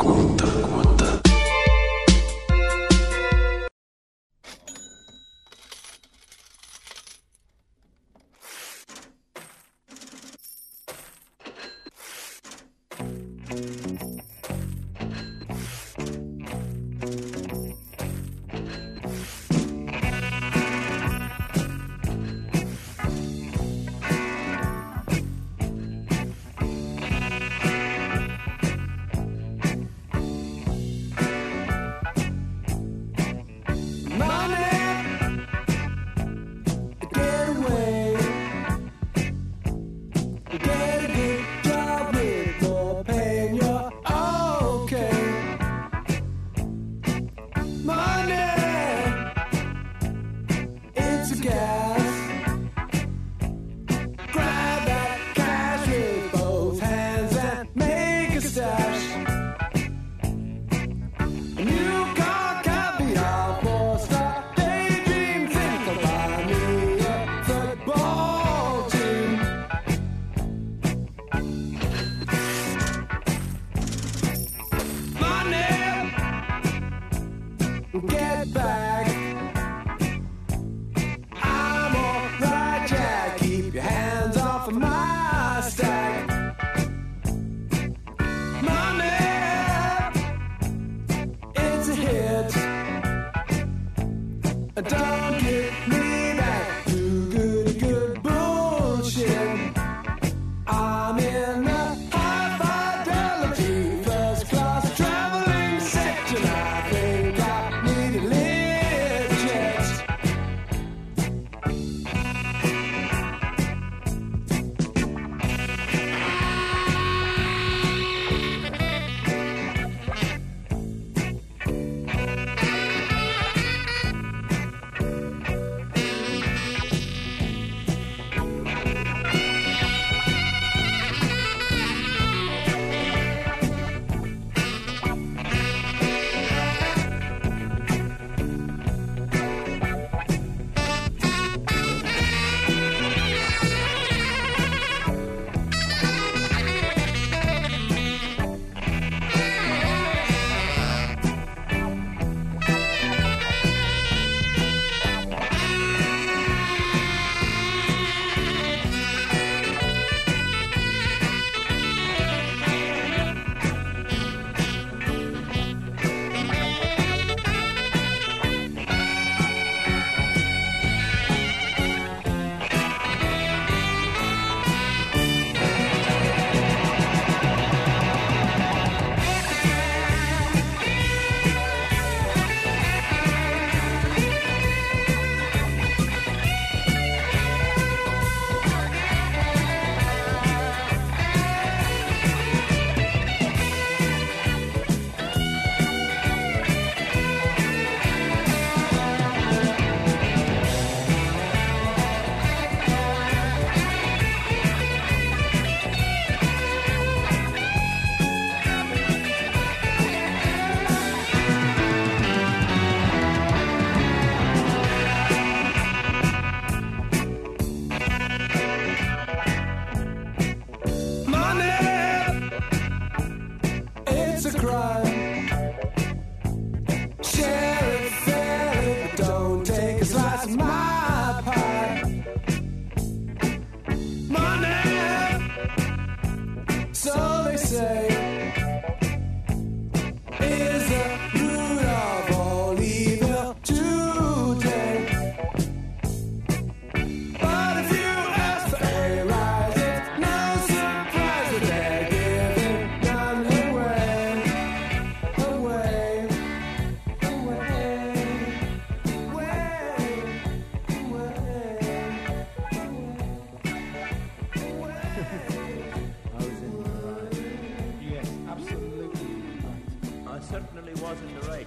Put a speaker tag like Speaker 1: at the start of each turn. Speaker 1: Conta gota.
Speaker 2: Money, get away. Get a good job with more pay, and you're okay. Money, it's a gas. Grab that cash with both hands and make a stash. New car caviar four-star daydream. Think of buying a football team. Money, get back. I'm alright, Jack. Keep your hands off of my stack. Money. It's a hit. Don't give me that too good, good bullshit. I'm in a high fidelity, first class traveling section. I think I need a lift jet. Money, it's a crime. Share it fairly, but don't take a slice of my pie. Money, so they say, is the root of all evil today. But if you ask for a rise, it's no surprise that they're giving none away, away,
Speaker 3: Yes, absolutely right. I certainly was in the right.